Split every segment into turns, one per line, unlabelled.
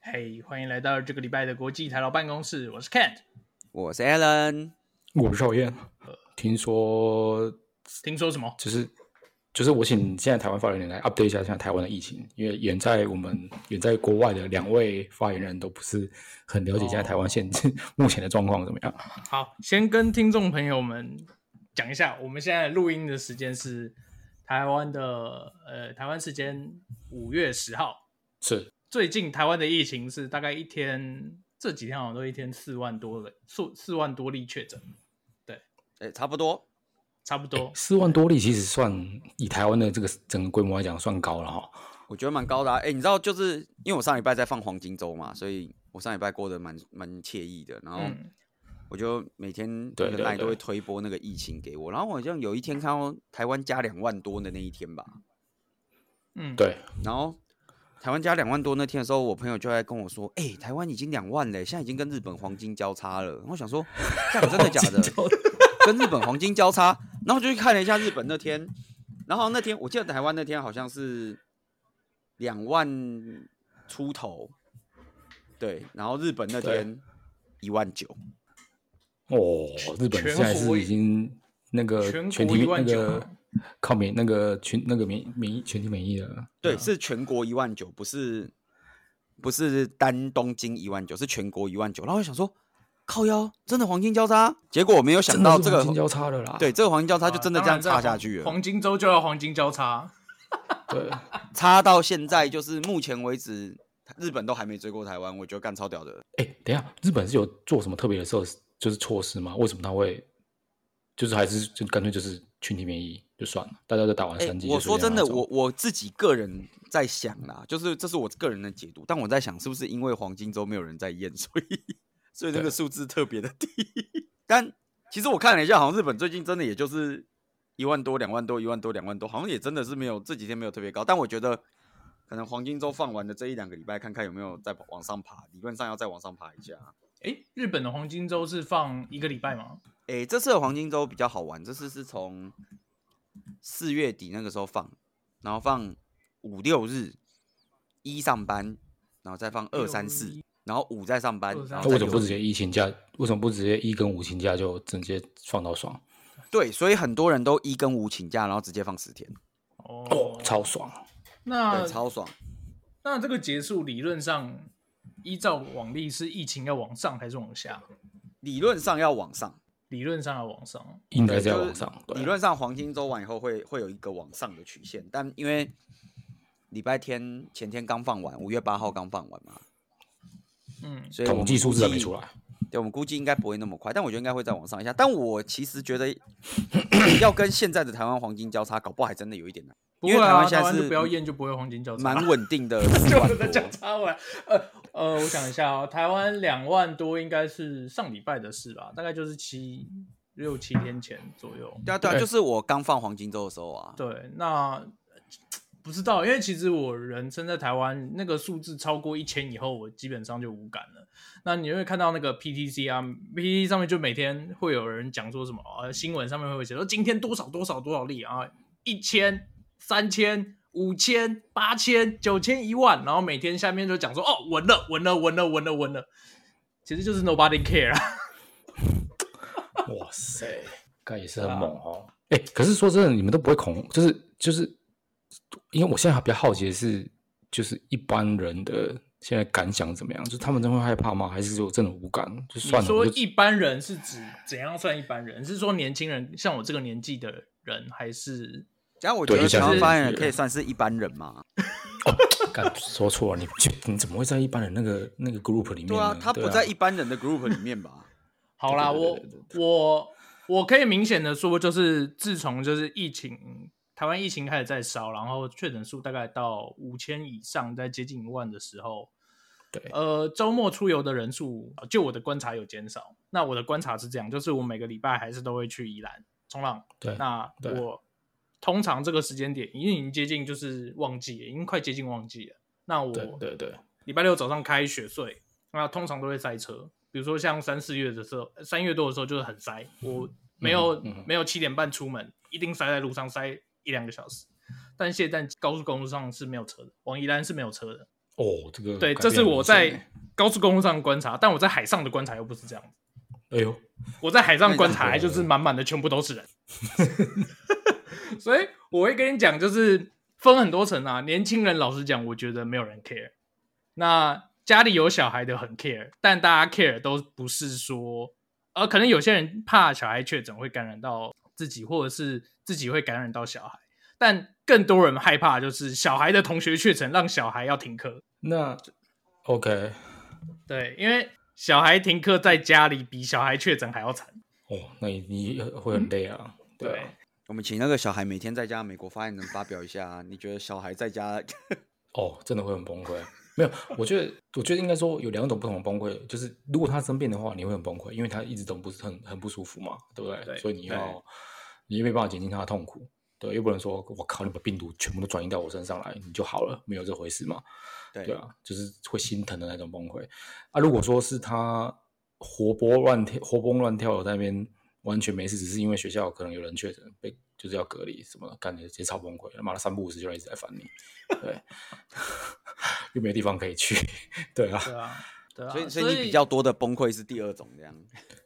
嘿欢迎来到这个礼拜的国际台劳办公室，我是 Kent。
我是 Alan，
我是赵燕，听说
听说什么？
就是就是我请现在台湾发言人来 update 一下现在台湾的疫情，因为远在我们远在国外的两位发言人都不是很了解现在 台湾现、目前的状况怎么样。
好，先跟听众朋友们讲一下，我们现在录音的时间是台湾的呃台湾时间五月十号。
是
最近台湾的疫情是大概一天，这几天好像都一天四万多人，四四万多例确诊，
哎，差不多，哎
差不多。
四万多例，其实算以台湾的这个整个规模来讲算高了哈。
我觉得蛮高的、啊。哎，你知道，就是因为我上礼拜在放黄金周嘛，所以我上礼拜过得蛮蛮惬意的。然后
嗯，
我就每天
对
那个
对
line 都
对
会推播那个疫情给我，然后我好像有一天看到台湾加两万多的那一天吧，
嗯，
对，
然后台湾加两万多那天的时候，我朋友就在跟我说：“哎、台湾已经两万嘞，现在已经跟日本黄金交叉了。”我想说，干真的假的？跟日本黄金交叉？然后我就去看了一下日本那天，然后那天我记得台湾那天好像是两万出头，对，然后日本那
对
天一万九，
哦，日本
全
现在
国
是已经那个
全
全
国
体
一万
那
九
个靠免那个群那个免免疫全体免疫了。
对，是全国一万九，不是不是单东京一万九，是全国一万九。然后我想说，靠腰，真的黄金交叉？结果我没有想
真的
到
是
这个
黄金，交叉啊了啦。
对，啊这个黄金交叉
他
就真的这样插下去了，
黄金周就要黄金交叉，
对，
插到现在就是目前为止，日本都还没追过台湾，我觉得干超屌的。
哎，等一下，日本是有做什么特别的措施，就是措施吗？为什么他会，就是还是就干脆就是群体免疫就算了，大家都打完
哎、
三剂、
我
就随
说
便
真的，
让他走
我我自己个人在想啦，就是这是我个人的解读，但我在想是不是因为黄金周没有人在验，所以所以那个
对
数字特别的低。 但其实我看了一下，好像日本最近真的也就是一万多、两万多、一万多、两万多，好像也真的是没有这几天没有特别高。但我觉得可能黄金周放完的这一两个礼拜，看看有没有再往上爬，理论上要再往上爬一下。
诶，日本的黄金周是放一个礼拜吗？
诶，这次的黄金周比较好玩，这次是从四月底那个时候放，然后放五六日，一上班，然后再放二三四
6，
然后五再上班
2，
然
3
后
那
再
为什么不
六
直接一请假？为什么不直接一跟五请假就直接放到爽？
对，所以很多人都一跟五请假，然后直接放十天，
哦
哦，
超爽！
那嗯
对，超爽。
那这个结束理论上，依照往例是疫情要往上还是往下？
理论上要往上，
理论上要往上。
应该是要
就是
往上。对啊
理论上黄金周完以后会会有一个往上的曲线，但因为礼拜天前天刚放完，五月八号刚放完嘛，
嗯，
所以我
统
们
计数
估
字还没
计
出来，
对，我们估计应该不会那么快，但我觉得应该会再往上一下。但我其实觉得要跟现在的台湾黄金交叉，搞不好还真的有一点难，
不
因为
会
台
啊，
湾
台
现在
湾就是不要验就不会黄金交叉，
蛮稳 定的哦四万
的交
多。
叉完。呃呃，我想一下啊、台湾两万多应该是上礼拜的事吧，大概就是七六七天前左右。
对啊，对啊，
对
就是我刚放黄金周的时候啊，
对，那不知道，因为其实我人生在台湾，那个数字超过一千以后，我基本上就无感了。那你会看到那个 PTC 啊，PTC 上面就每天会有人讲说什么，呃，新闻上面会写说今天多少多少多少例啊，一千、三千、五千、八千、九千、一万，然后每天下面就讲说哦，稳了，稳了，稳了，稳了，稳了，其实就是 nobody care 啊。
哇塞，该也是
啊
很猛哦。哎、可是说真的，你们都不会恐，就是就是，因为我现在还比较好奇的是，就是一般人的现在感想怎么样？就是他们真的会害怕吗？还是说真的无感？就算
你
了，
说
我就
一般人是指怎样算一般人？是说年轻人，像我这个年纪的人，还是
然后我觉
对
得
就
台
像
湾
是
发言人可以算是一般人嘛。
干说错了，你就你怎么会在一般人那个那个 group 里面呢？
对啊，他不在一般人的 group 里面吧？
好啦，我我我可以明显的说，就是自从就是疫情，台湾疫情开始在烧，然后确诊数大概到五千以上，在接近一万的时候，
对啊
呃，周末出游的人数，就我的观察有减少。那我的观察是这样，就是我每个礼拜还是都会去宜兰冲浪。
对啊
那
对对
我通常这个时间点，因为已经接近就是旺季了，已经快接近旺季了。那我
对对对，
礼拜六早上开雪隧，那通常都会塞车。比如说像三四月的时候，三月多的时候就是很塞，我没有、
嗯嗯
没有七点半出门，一定塞在路上塞一两个小时。但现在高速公路上是没有车的，往宜兰是没有车的。
哦，这个
对，
改
这
变
是
很
我
明显
在
欸，
高速公路上观察，但我在海上的观察又不是这样子。
哎呦，
我在海上观
那
察，
你
就是满满的全部都是人， 所以我会跟你讲，就是分很多层啊。年轻人老实讲，我觉得没有人 care。那家里有小孩的很 care，但大家 care 都不是说，呃，可能有些人怕小孩确诊会感染到自己，或者是自己会感染到小孩，但更多人害怕就是小孩的同学确诊，让小孩要停课。
那 OK，
对，因为小孩停课在家里比小孩确诊还要惨。
哦，那你你会很累啊，对啊，
我们请那个小孩每天在家美国发言人发表一下啊，你觉得小孩在家
哦，真的会很崩溃。 没有，我觉得，我觉得应该说有两种不同的崩溃，就是如果他生病的话，你会很崩溃，因为他一直都不是很很不舒服嘛，对不对？
对
所以你
对
要，你又没办法减轻他的痛苦，对，又不能说我靠，你把病毒全部都转移到我身上来，你就好了，没有这回事嘛。
对
对啊，就是会心疼的那种崩溃。啊，如果说是他活泼乱跳、活蹦乱跳的在那边完全没事，只是因为学校可能有人确诊被就是要隔离什么的，感觉直接超崩溃，他妈的三不五时就一直在烦你，对， 又没地方可以去，对啊。
对啊，对啊，
所以所以你比较多的崩溃是第二种这样。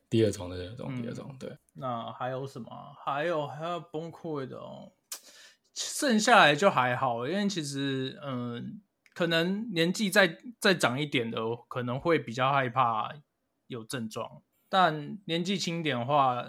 第二种的第二种，第二
嗯
种，对，
那还有什么啊？还有还要崩溃的哦，剩下来就还好，因为其实嗯，可能年纪再再长一点的，可能会比较害怕有症状，但年纪轻一点的话，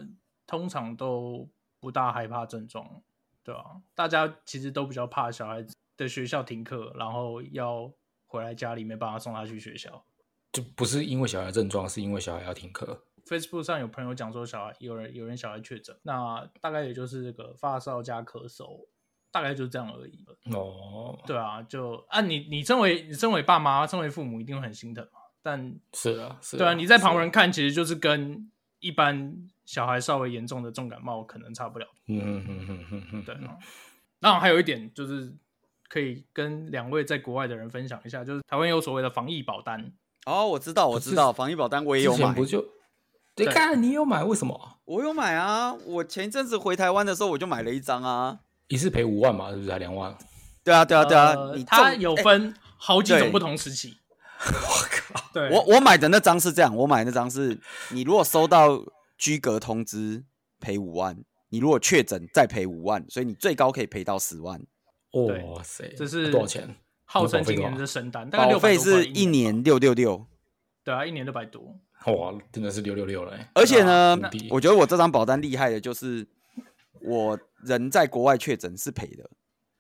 通常都不大害怕症状，对啊，大家其实都比较怕小孩子的学校停课，然后要回来家里没办法送他去学校。
就不是因为小孩症状，是因为小孩要停课。
Facebook 上有朋友讲说小孩有人有人小孩确诊，那大概也就是这个发烧加咳嗽，大概就这样而已。
哦，
对啊，就啊你你身为你身为爸妈，身为父母一定会很心疼嘛。但
是啊，是
对啊，你在旁人
是啊
看，其实就是跟一般小孩稍微严重的重感冒可能差不了。
嗯嗯嗯嗯嗯，
对
嗯
啊，然后还有一点就是可以跟两位在国外的人分享一下，就是台湾有所谓的防疫保单，
哦，我知道，我知道，防疫保单我也有
之前
买
不，就？对，
对
看你有买，为什么？
我有买啊。我前一阵子回台湾的时候我就买了一张啊。
一次赔五万嘛，是不是？还两万？
对啊，对啊，对啊，
呃
你
它
中
有
哎
分好几种
对
不同时期。我靠，对，
我我买的那张是这样，我买的那张是，你如果收到居隔通知赔五万，你如果确诊再赔五万，所以你最高可以赔到十万，
对
哇塞，啊
这是
多少钱？
号称今年的神单，大概
保
六
费
百
啊是一年六六六。
对啊，一年六百多，
哇，真的是六六六欸嘞！
而且呢
啊
无敌，
我觉得我这张保单厉害的就是，我人在国外确诊是赔的，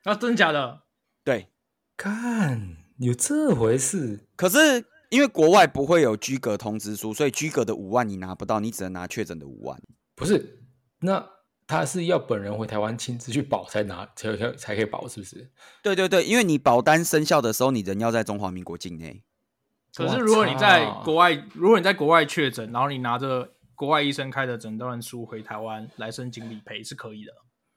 啊，真的假的？
对。
看有这回事
可是因为国外不会有居隔通知书，所以居隔的五万你拿不到，你只能拿确诊的五万。
不是？那他是要本人回台湾亲自去保才拿才才才可以保，是不是？
对对对，因为你保单生效的时候，你人要在中华民国境内。
可
我
是
操
如果你在国外，如果你在国外确诊，然后你拿着国外医生开的诊断书回台湾来申请理赔是可以的。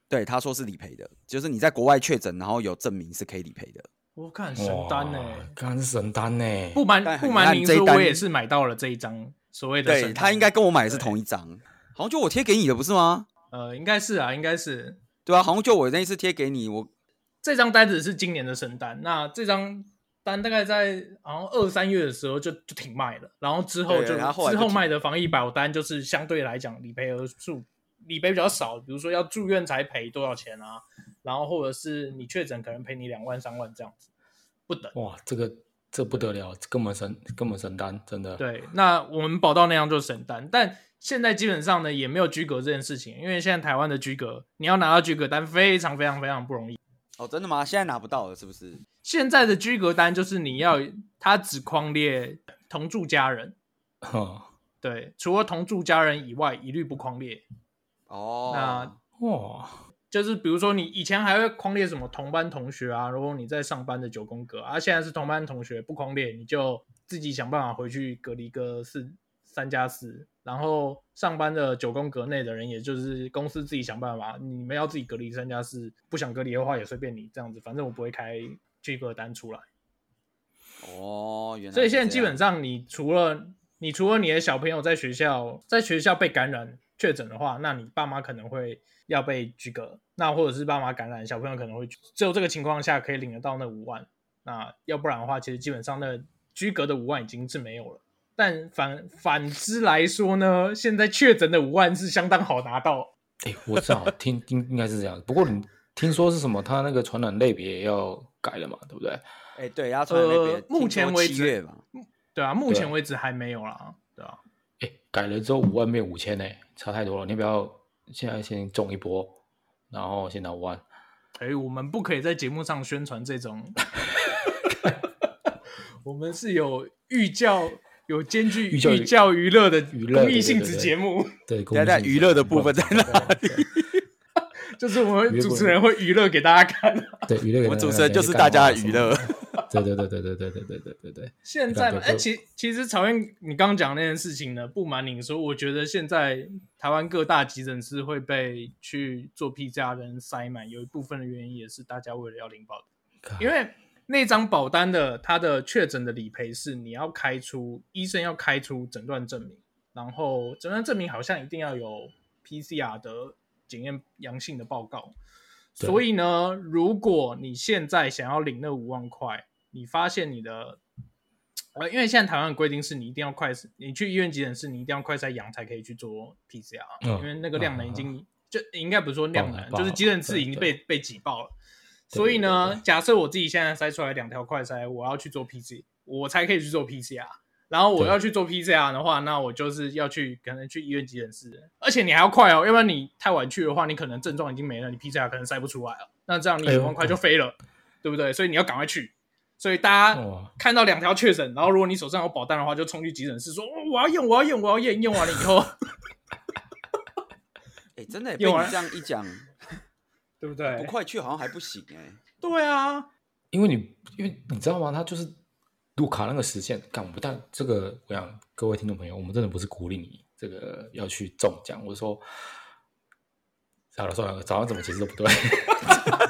对，他说是理赔的，就是你在国外确诊，然后有证明是可以理赔的。
我看神单呢、
哇看是神欸单呢、
不瞒
但很
不
遗
瞒
憾
您
这一
说，
单
我也是买到了这一张所谓的神单。
对他应该跟我买的是同一张，好像就我贴给你的不是吗？
呃，应该是啊，应该是
对啊，好像就我那一次贴给你，我
这张单子是今年的神单。那这张单大概在好像二三月的时候就就停卖了，然后之后
对
就
然后后来
之
就
后
停
卖的防疫保单就是相对来讲理赔额数理赔比较少，比如说要住院才赔多少钱啊，然后或者是你确诊可能赔你两万三万这样子不等。
哇，这个这不得了，根本神根本神单，真的。
对，那我们保到那样就省单，但现在基本上呢也没有居格这件事情，因为现在台湾的居格你要拿到居格单非常非常非常不容易。
哦，真的吗？现在拿不到了是不是？
现在的居格单就是你要它只框列同住家人，
哼，
对，除了同住家人以外，一律不框列。
哦，
那
哇，
就是比如说你以前还会框列什么同班同学啊，如果你在上班的九宫格啊，现在是同班同学不框列，你就自己想办法回去隔离个四三加四，然后上班的九宫格内的人，也就是公司自己想办法，你们要自己隔离三加四，不想隔离的话也随便你这样子，反正我不会开居格单出来。
哦，原来是这样。
所以现在基本上，你除了你除了你的小朋友在学校在学校被感染确诊的话，那你爸妈可能会要被居隔，那或者是爸妈感染，小朋友可能会只有这个情况下可以领得到那五万。那要不然的话，其实基本上那个居隔的五万已经是没有了。但反反之来说呢，现在确诊的五万是相当好拿到。
哎、我知道，听应应该是这样。不过你听说是什么？他那个传染类别要改了嘛，对不对？
哎、对，要传染类别
呃
听说
目前为止
七月吧，
对啊，目前
对
为止还没有啦，对啊，
哎、改了之后五万变五千呢，差太多了。你要不要现在先中一波，然后先拿五万？
哎、我们不可以在节目上宣传这 种，我们是有寓教，有兼具
寓教于
寓教于乐的
娱乐
公益性质节目，
对，
等一下娱乐的部分在哪
里？
就是我们主持人会娱乐给大家看。
对，娱乐
我们主持人就是大家的娱乐。
对对对对对对对对对对对。
现在嘛，
对对
哎、
对
其其实曹燕，你刚刚讲那件事情呢，不瞒你说，我觉得现在台湾各大急诊室会被去做 PCR 的人塞满，有一部分的原因也是大家为了要领保
靠
因为那张保单的它的确诊的理赔是你要开出医生要开出诊断证明，然后诊断证明好像一定要有 PCR 的检验阳性的报告。
对
所以呢，如果你现在想要领那五万块，你发现你的呃，因为现在台湾的规定是你一定要快，你去医院急诊室你一定要快筛阳才可以去做 PCR，、
嗯
因为那个量能已经、就应该不是说
爆
量
了
能，
爆
就是
了
急诊室
对
已经
对
被被挤爆了。
对
所以
对
呢
对，
假设我自己现在筛出来两条快筛，我要去做 PC，我才可以去做 PCR。然后我
对
要去做 PCR 的话，那我就是要去可能去医院急诊室，而且你还要快哦，要不然你太晚去的话，你可能症状已经没了，你 PCR 可能筛不出来了。那这样你
哎呦
五万块就飞了，对不对？所以你要赶快去。所以大家
哇，
看到两条确诊，然后如果你手上有保单的话，就冲去急诊室说：“哦，我要用，我要用，我要验。”用完了以后，
哎、真的、被
有
你
啊
这样一讲，
对不对
不？快去好像还不行哎、
对啊，
因为你因为你知道吗？他就是路卡那个时限，干我不但这个，我想各位听众朋友，我们真的不是鼓励你这个要去中奖，我是说，好了算了，早上怎么解释都不对，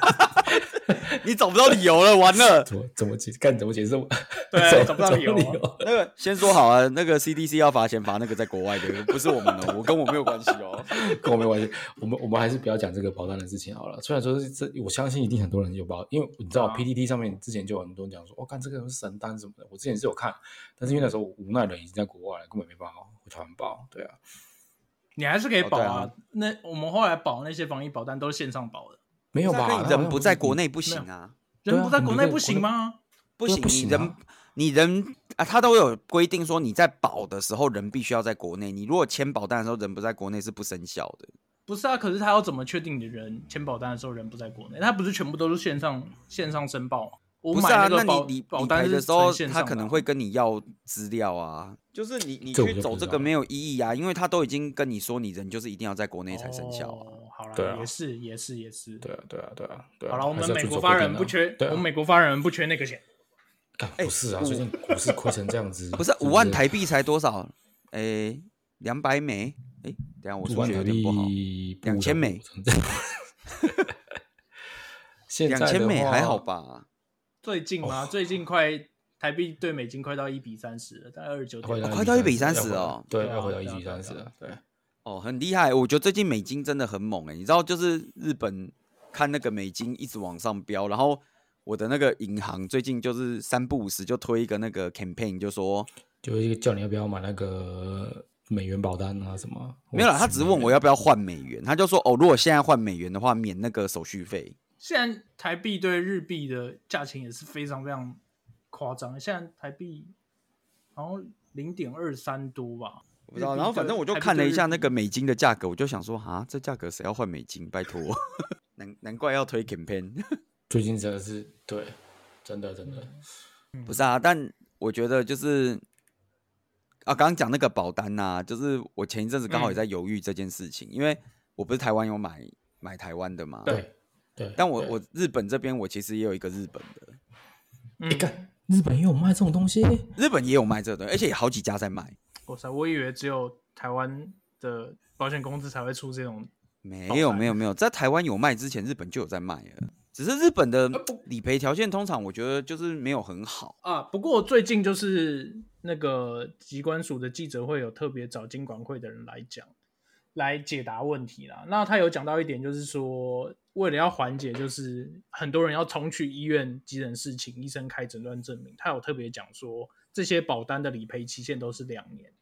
你找不到理由了，完了。
怎么怎么解干怎么解释都，
对
找
找不到理由啊
由
那个先说好啊，那个 CDC 要罚钱罚那个在国外的，不是我们哦，我跟我没有关系哦。
跟我没关系。我们我们还是不要讲这个保单的事情好了。虽然说是这，我相信一定很多人有保，因为你知道
对啊
PDD 上面之前就有很多人讲说，我、哦、看这个是神单什么的。我之前是有看，但是因为那时候我无奈人已经在国外了，根本没办法回传保。对啊，
你还是可以保啊。
哦
那我们后来保那些防疫保单都是线上保的，
没有吧？
你人不在国内不行啊，
对啊
人不在国内不行吗？
不
对啊
行，
不
你
行
人
啊
你人啊，他都有规定说你在保的时候人必须要在国内，你如果签保单的时候人不在国内是不生效的。
不是啊，可是他要怎么确定你的人签保单的时候人不在国内？他不是全部都是线上线上申报吗？我
不
买
是啊，
个
那
保
你理
保
理
单
赔
是
的时候
纯线，上
他
的
可能会跟你要资料啊，就是你你
啊这我
去
就
走
不知
这个
道
没有意义啊，因为他都已经跟你说你人就是一定要在国内才生效啊。
哦、好啦，
对啊
也是也是也是。
对啊，对啊，对啊，对啊。
好了，我
还
们
是要
美
遵
国
守
发
规
人
定啊
不缺，
对啊，
我们美国发人不缺那个钱。
干
哎
不是啊，
我
最近股市亏成这样子，
不是
是
五万台币才多少？诶，两百美？诶，等一下我
五
数
万
学
台
有点
币
不好。
不
2000
得
美
不承认。 现在
两千
的
美
话
还好？吧？
最近吗？
哦
最近快台币对美金快到一比三十了，大概二十九点
哦
五。
快到130
要回
哦
对，
对啊
要回到一
对啊
比
对啊
三十
对啊
了，对。
哦，很厉害。我觉得最近美金真的很猛诶，你知道，就是日本看那个美金一直往上飙，然后我的那个银行最近就是三不五时就推一个那个 campaign，就说
就一个叫你要不要买那个美元保单啊什么？
没有啦，他只是问我
要。
要不要换美元，他就说哦，如果现在换美元的话，免那个手续费。
现在台币对日币的价钱也是非常非常夸张，现在台币好像零点二三多吧。
我不知道，
日币
然后反正我就
对
看了一下
台
那
币对日币
个美金的价格，我就想说啊，这价格谁要换美金？拜托， 难难怪要推 campaign。
最近真的是对，真的真的，
不是啊，但我觉得就是啊，刚刚讲那个保单呐、就是我前一阵子刚好也
嗯
在犹豫这件事情，因为我不是台湾有买买台湾的嘛，
对
对。
但我
对
我日本这边我其实也有一个日本的，
嗯
哎干，日本也有卖这种东西？
日本也有卖这个东西，而且好几家在卖。
我操！我以为只有台湾的保险公司才会出这种，
没
保
有
单
没有没有，在台湾有卖之前，日本就有在卖了。只是日本的
不
理赔条件通常我觉得就是没有很好，
啊，不过最近就是那个机关署的记者会有特别找金管会的人来讲，来解答问题啦。那他有讲到一点，就是说为了要缓解，就是很多人要冲去医院急诊室请医生开诊断证明，他有特别讲说，这些保单的理赔期限都是两年。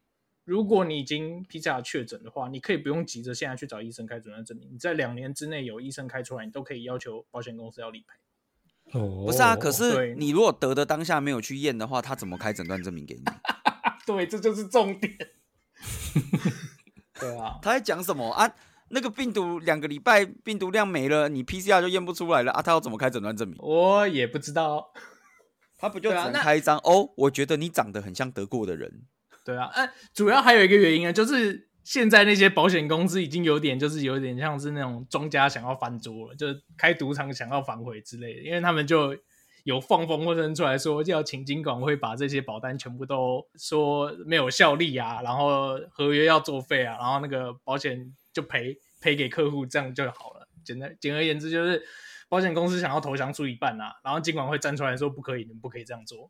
如果你已经 PCR 确诊的话，你可以不用急着现在去找医生开诊断证明，你在两年之内有医生开出来，你都可以要求保险公司要理赔。
哦
不是啊，可是
对
你如果得的当下没有去验的话，他怎么开诊断 证明给你？
对，这就是重点。 对啊，
他在讲什么啊？那个病毒两个礼拜病毒量没了，你 PCR 就验不出来了啊？他要怎么开诊断证明？
我也不知道。
他不就只
哦对啊
能
那
开一张哦？我觉得你长得很像得过的人，
对啊，哎、主要还有一个原因啊，就是现在那些保险公司已经有点，就是有点像是那种庄家想要翻桌了，就是开赌场想要反悔之类的，因为他们就有放风或声出来说，要请金管会把这些保单全部都说没有效力啊，然后合约要作废啊，然后那个保险就赔赔给客户，这样就好了。简单简而言之就是。保险公司想要投降出一半啊，然后金管会站出来说不可以，你们不可以这样做，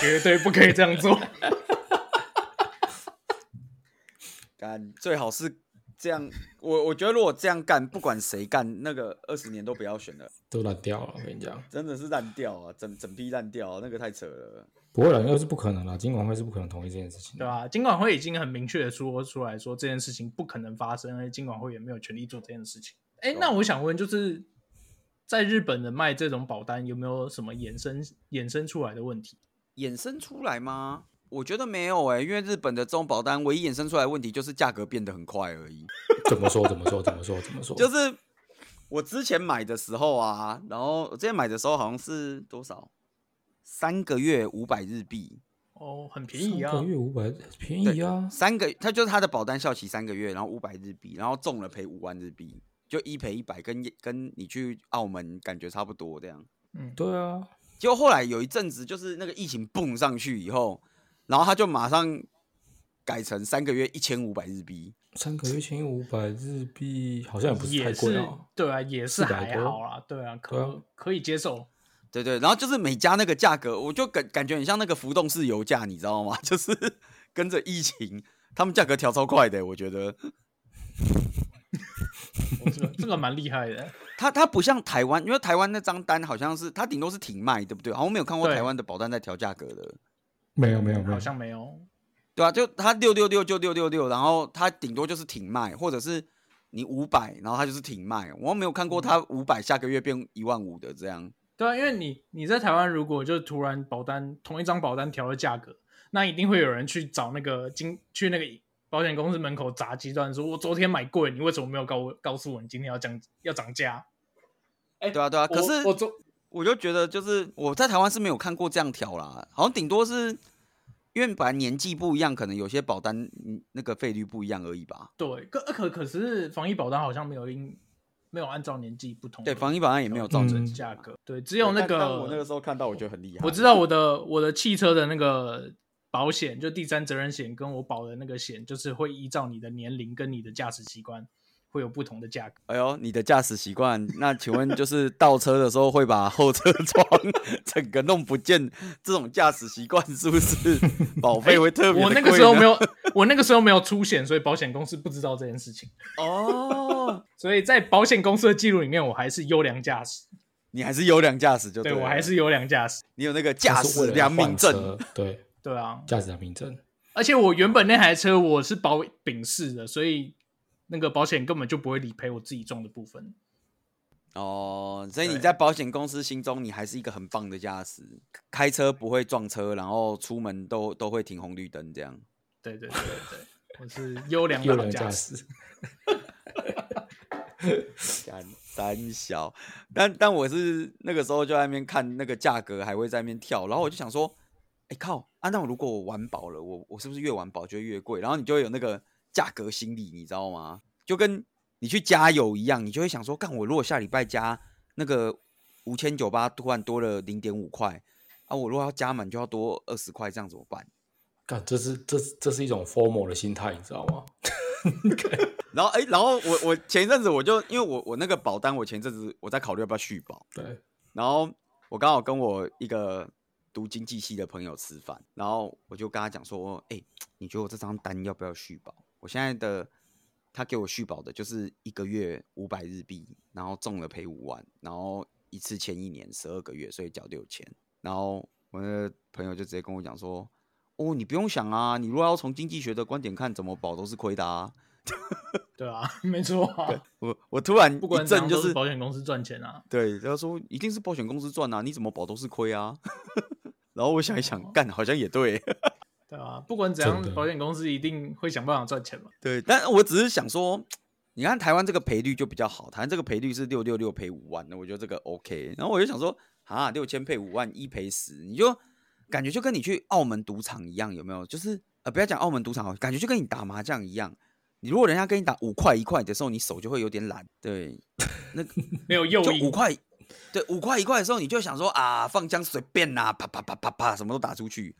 绝对不可以这样做。
干最好是这样。 我我觉得如果这样干，不管谁干，那个二十年都不要选了，
都烂掉了。我跟你讲，
真的是烂掉啊，整整批烂掉啊、那个太扯了。
不会了，那是不可能了。金管会是不可能同意这件事情的。
对吧、金管会已经很明确的说出来说这件事情不可能发生，而且金管会也没有权利做这件事情。哎，那我想问，就是在日本人卖这种保单有没有什么衍生衍生出来的问题？
衍生出来吗？我觉得没有哎、因为日本的这种保单唯一衍生出来的问题就是价格变得很快而已。
怎么说？怎么说？怎么说？怎么说？
就是我之前买的时候啊，然后我之前买的时候好像是多少？三个月五百日币，
哦，很便
三
宜啊
个，月五百，便宜啊！
三个，它就是它的保单效期三个月，然后五百日币，然后中了赔五万日币，就一赔一百，跟跟你去澳门感觉差不多这样。
嗯，
对啊，
结果后来有一阵子，就是那个疫情蹦上去以后，然后他就马上改成三个月一千五百日币，
三个月千五百日币，好像也不是
也
太贵
是
哦。
对啊，也是
400多
还好啦，对啊，可、
对啊
可以接受。
对对，然后就是每家那个价格，我就感感觉很像那个浮动式油价，你知道吗？ 就是跟着疫情，他们价格调超快的，欸我觉得。
我这个这个蛮厉害的，
它它不像台湾，因为台湾那张单好像是它顶多是停卖，对不对？好像没有看过
对
台湾的保单在调价格的，
没有没有没
好
有，
像没有。
对啊，就它六六六就六六六，然后它顶多就是停卖，或者是你五百，然后它就是停卖。我没有看
嗯
过它五百下个月变一万五的这样。
对啊，因为你你在台湾，如果就突然保单同一张保单调了价格，那一定会有人去找那个经去那个保险公司门口砸鸡蛋，说我昨天买贵，你为什么没有告我告诉我你今天要降要涨价？
对啊，对啊。可是
我我昨
我就觉得，就是我在台湾是没有看过这样调啦，好像顶多是因为本来年纪不一样，可能有些保单嗯那个费率不一样而已吧。
对可可可是防疫保单好像没有因没有按照年纪不同
对，防疫保单也没有造
保
成。
证
嗯
价格，对，只有那个
时候看到，我觉得很厉
我知道我的我的汽车的那个保险，就第三责任险跟我保的那个险，就是会依照你的年龄跟你的驾驶习惯会有不同的价格。
哎呦，你的驾驶习惯，那请问就是倒车的时候会把后车窗 整个弄不见，这种驾驶习惯是不是保费会特别
我
的
那个
贵
时候
呢
没有， 我那个时候没有出险，所以保险公司不知道这件事情。
哦，
所以在保险公司的记录里面，我还是优良驾驶，
你还是优良驾驶就
对
了
我还是优良驾驶。
你有那个驾
就是为
驶
了
良
换
民证，
车，对，
对啊，
驾驶良 民证。
而且我原本那台车我是保丙式的，所以那个保险根本就不会理赔我自己中的部分。
哦，所以你
对
在保险公司心中，你还是一个很棒的驾驶，开车不会撞车，然后出门都都会停红绿灯，这样。
对对对对对，我是优良
优
老
良
驾
驾
驶。
驶，
干三小，但但我是那个时候就在那边看那个价格，还会在那边跳，然后我就想说，哎、靠，啊，那我如果我完保了，我我是不是越完保就越贵？然后你就会有那个价格心理，你知道吗？就跟你去加油一样，你就会想说，干我如果下礼拜加那个五千九八，突然多了零点五块，啊，我如果要加满就要多二十块，这样怎么办？
干，这是这是这是一种 formal 的心态，你知道吗？
然后哎、然后我我前一阵子我就因为我我那个保单，我前一阵子我在考虑要不要续保。
对，
然后我刚好跟我一个读经济系的朋友吃饭，然后我就跟他讲说：“哎、你觉得我这张单要不要续保？我现在的他给我续保的就是一个月五百日币，然后中了赔五万，然后一次签一年十二个月，所以缴六千。然后我的朋友就直接跟我讲说：“哦，你不用想啊，你如果要从经济学的观点看，怎么保都是亏的啊。
对啊，没错啊，”
我我突然
不管
一
怎
阵
样
就
都
是
是保险公司赚钱啊。
对，他说一定是保险公司赚啊，你怎么保都是亏啊。 然后我想一想，干好像也对，
对啊，不管怎样
真，的
保险公司一定会想办法赚钱 嘛。
对，但我只是想说，你看台湾这个赔率就比较好，台湾这个赔率是六六六赔五万，那我觉得这个 OK。然后我就想说，啊，六千配五万，一赔十，你就感觉就跟你去澳门赌场一样，有没有？就是呃，不要讲澳门赌场好了，感觉就跟你打麻将一样。你如果人家跟你打五块一块的时候，你手就会有点懒，对，
没有诱
就五
因，
块，对，五块一块的时候，你就想说啊，放枪随便啦、啪啪啪啪啪，什么都打出去。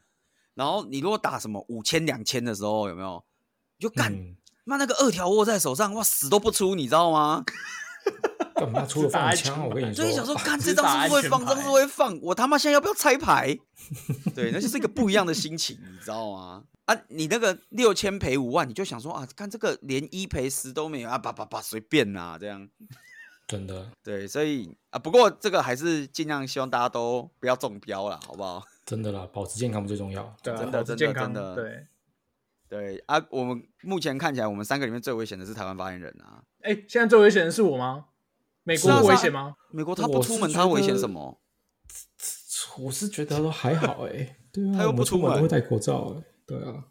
然后你如果打什么五千两千的时候，有没有？你就干，
嗯
妈那个二条握在手上，哇死都不出，你知道吗？
干嘛 出了
打
放
安
枪
全
啊？我跟你
所
说，
以想说，看
只
这张
打
是不是
安
会
全
放，这张
牌
是不是会放，我他妈现在要不要拆 牌？对，那就是一个不一样的心情，你知道吗？啊，你那个六千赔五万，你就想说啊，看这个连一赔十都没有啊，叭叭叭随便啦、这样。
真的
对，所以啊，不过这个还是尽量希望大家都不要中标啦，好不好？
真的啦，保持健康最重要。
对啊，
真的
保持健康
真的真的
对。
对啊，我们目前看起来，我们三个里面最危险的是台湾发言人啊。
哎，现在最危险的是我吗？美
是
国
啊
不危
是啊
险吗？
美国他不
我是
出门，
觉
他危险
得
什么？
我是觉得都还好哎、 对啊，
他又不
我
出
们出门
门
都会戴口罩哎、对啊，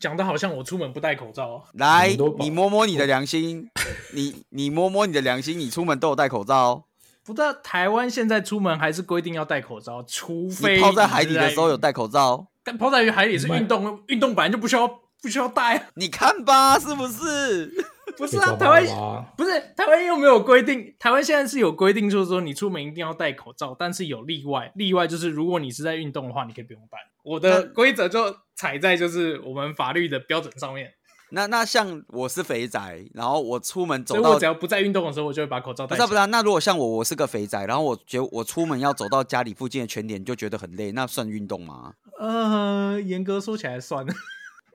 讲的好像我出门不戴口罩啊。
来
们都，保
你摸摸你的良心，你你摸摸你的良心，你出门都有戴口罩，
不但台湾现在出门还是规定要戴口罩，除非
你泡在海底的时候有
戴。
戴口罩，
但泡在海里是
卖
运动，运动本来就不需要不需要戴 啊。
你看吧，是不是？
不是
被抓
啊，台
包
湾
啦，
不是台湾又没有规定，台湾现在是有规定，就是说你出门一定要戴口罩，但是有例外，例外就是如果你是在运动的话，你可以不用戴。我的
那
规则就踩在就是我们法律的标准上面，
那那像我是肥宅，然后我出门
所
走
以
到
我只要不在运动的时候，我就会把口罩
不
戴
是
起
啊
来。
不是啊，那如果像我，我是个肥宅，然后我觉我出门要走到家里附近的全脸，就觉得很累，那算运动吗？
呃，严格说起来算，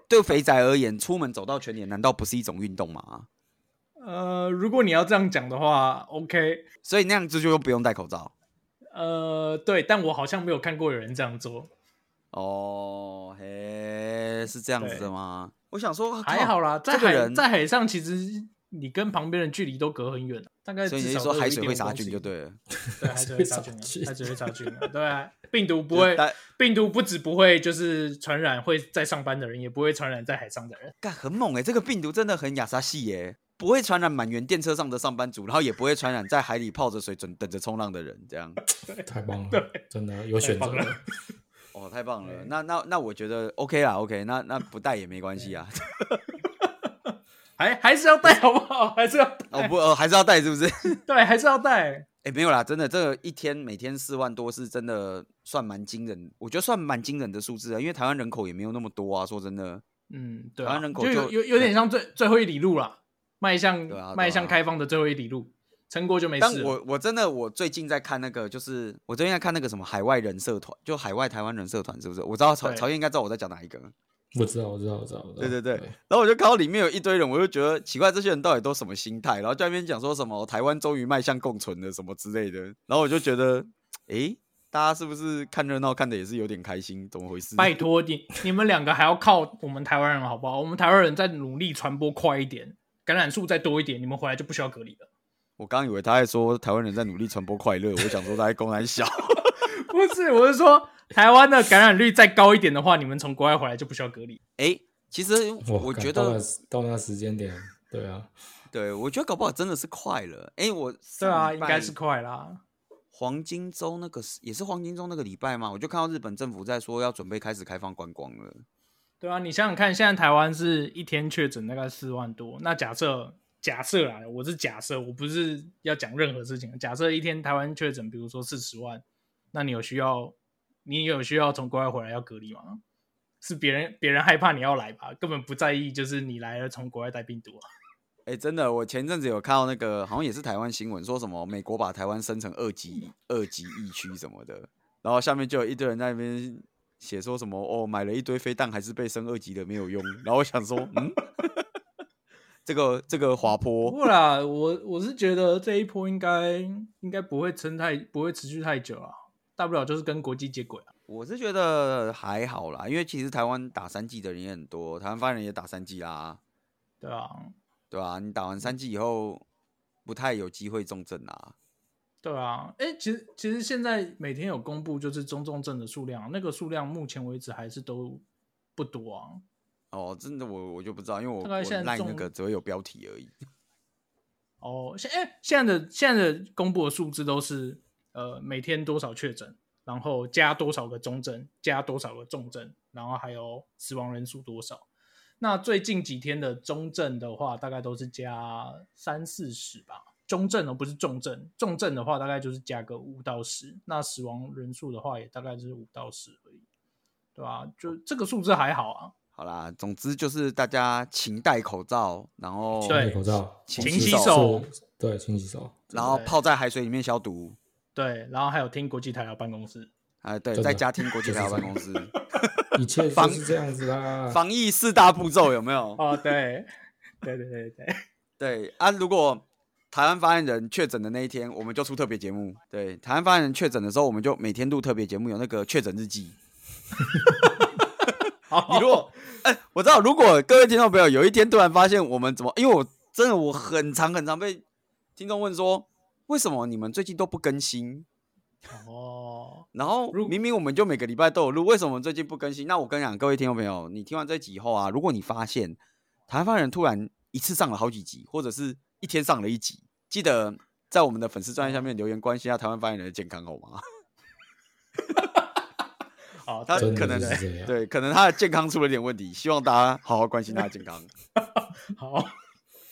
对肥宅而言，出门走到全脸难道不是一种运动吗？
呃，如果你要这样讲的话，OK，
所以那样子就不用戴口罩
呃，对，但我好像没有看过有人这样做，
哦，嘿，是这样子的吗？我想说
还好，啦，在
哦这个
海、
人
在海上其实。你跟旁边的距离都隔很远，大概
靠所以
至
你是
少
说
都有
海
一
水
点
会
五
杀
公
菌
尺
就对了，
对，还是会杀菌
杀
的，
菌
还是会杀菌的。对啊，病毒不
就是
会
大，
病毒不只不会就是传染会在上班的人，也不会传染在海上的人。
干很猛哎、这个病毒真的很亚沙系耶、不会传染满员电车上的上班族，然后也不会传染在海里泡着水准等着冲浪的人，这样。
太 棒了，真的有选
太
择
棒了
了，
哦，太棒了！
对
那那那我觉得 OK 啦，OK，那那不戴也没关系啊。
还还是要戴好不好？ 还是要
哦
戴，
不，呃，还是要戴是不是？
对，还是要戴。
哎、没有啦，真的，这个一天每天四万多是真的算蛮惊人，我觉得算蛮惊人的数字啊，因为台湾人口也没有那么多啊，说真的，
嗯，对啊，
台湾人口
就有
就
有有点像最最后一里路啦，迈向
对啊对啊
迈向开放的最后一里路，成果就没
但
事了。
我我真的我最近在看那个，就是我最近在看那个什么海外人社团，就海外台湾人社团，是不是？我知道曹
对
曹燕应该知道我在讲哪一个，
我知道，我知道，我知道，我知道
对对对，然后我就看到里面有一堆人，我就觉得奇怪，这些人到底都什么心态？然后就在那边讲说什么台湾终于迈向共存了什么之类的，然后我就觉得，诶，大家是不是看热闹看的也是有点开心？怎么回事？
拜托你，你们两个还要靠我们台湾人好不好？我们台湾人再努力传播快一点，感染数再多一点，你们回来就不需要隔离了。
我刚以为他在说台湾人在努力传播快乐，我想说他在公然笑。
不是，我是说台湾的感染率再高一点的话，你们从国外回来就不需要隔离。
诶，其实
哇
我
干
觉
到
得
那，到那时间点，对啊，
对我觉得搞不好真的是快乐。诶，我
对啊，
上礼
应
拜
该是快啦。
黄金周那个时也是黄金周那个礼拜嘛，我就看到日本政府在说要准备开始开放观光了。
对啊，你想想看，现在台湾是一天确诊大概四万多，那假设假设啦，我是假设，我不是要讲任何事情。假设一天台湾确诊，比如说四十万，那你有需要，你有需要从国外回来要隔离吗？是别人别人害怕你要来吧，根本不在意，就是你来了从国外带病毒啊。
哎、真的，我前阵子有看到那个，好像也是台湾新闻，说什么美国把台湾升成二级二级疫区什么的，然后下面就有一堆人在那边写说什么哦，买了一堆飞弹还是被升二级的没有用，然后我想说，嗯， 这个这个滑坡
不。过啦，我我是觉得这一波应该应该不会撑太，不会持续太久啊，大不了就是跟国际接轨啊。
我是觉得还好啦，因为其实台湾打三季的人也很多，台湾发言人也打三季啦，
对啊，
对吧、你打完三季以后，不太有机会重症啦。
对啊，哎、其实其实现在每天有公布就是中重症的数量，那个数量目前为止还是都不多啊。
哦，真的我我就不知道，因为我
大概
我
现在
赖那
中
个只会有标题而已。
哦，现哎、现在的现在的公布的数字都是呃每天多少确诊，然后加多少个中症，加多少个重症，然后还有死亡人数多少。那最近几天的中症的话，大概都是加三四十吧。中症而哦不是重症，重症的话大概就是加个五到十，那死亡人数的话也大概就是五到十而已，对吧、就这个数字还好啊，
好啦，总之就是大家勤戴口罩，然后
对
戴口罩，
勤
勤
洗
洗
手
手，
对，勤洗 手，
然后泡在海水里面消毒。
对，然后还有听国际台疗办公室，
哎，对，
真
在
的
家听国际
就是
台湾
这
办
样
公室
一切
防
就是这样子啦。
防疫四大步骤有没有？
哦，对， 对对对对。
对啊，如果台湾发言人确诊的那一天，我们就出特别节目。对，台湾发言人确诊的时候，我们就每天录特别节目，有那个确诊日记。
好，
你如果，哎、我知道，如果各位听众朋友有一天突然发现我们怎么，因为我真的我很常很常被听众问说，为什么你们最近都不更新？
哦，
然后
如
明明我们就每个礼拜都有录，为什么我们最近不更新？那我跟你讲，各位听众朋友，你听完这集以后啊，如果你发现台湾人突然一次上了好几集，或者是一天上了一集，记得在我们的粉丝专页下面留言关心一下台湾发言人的健康，好吗？
好，
他
真
可
的
能
就是这样，
对，可能他的健康出了点问题，希望大家好好关心他的健康。
好，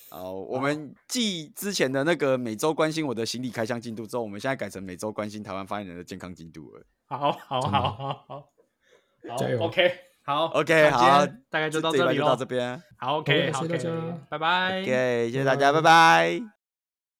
好，我们继之前的那个每周关心我的行李开箱进度之后，我们现在改成每周关心台湾发言人的健康进度了。
好，好，
真的
好，好，好，好
加油
，OK，好
OK，
那
好
今天大概就到
这
这
一
里
集就到
喽
这。边。
好
好
，OK，
谢谢
好
大
，OK，
家
拜拜。
OK，谢谢大家，拜拜。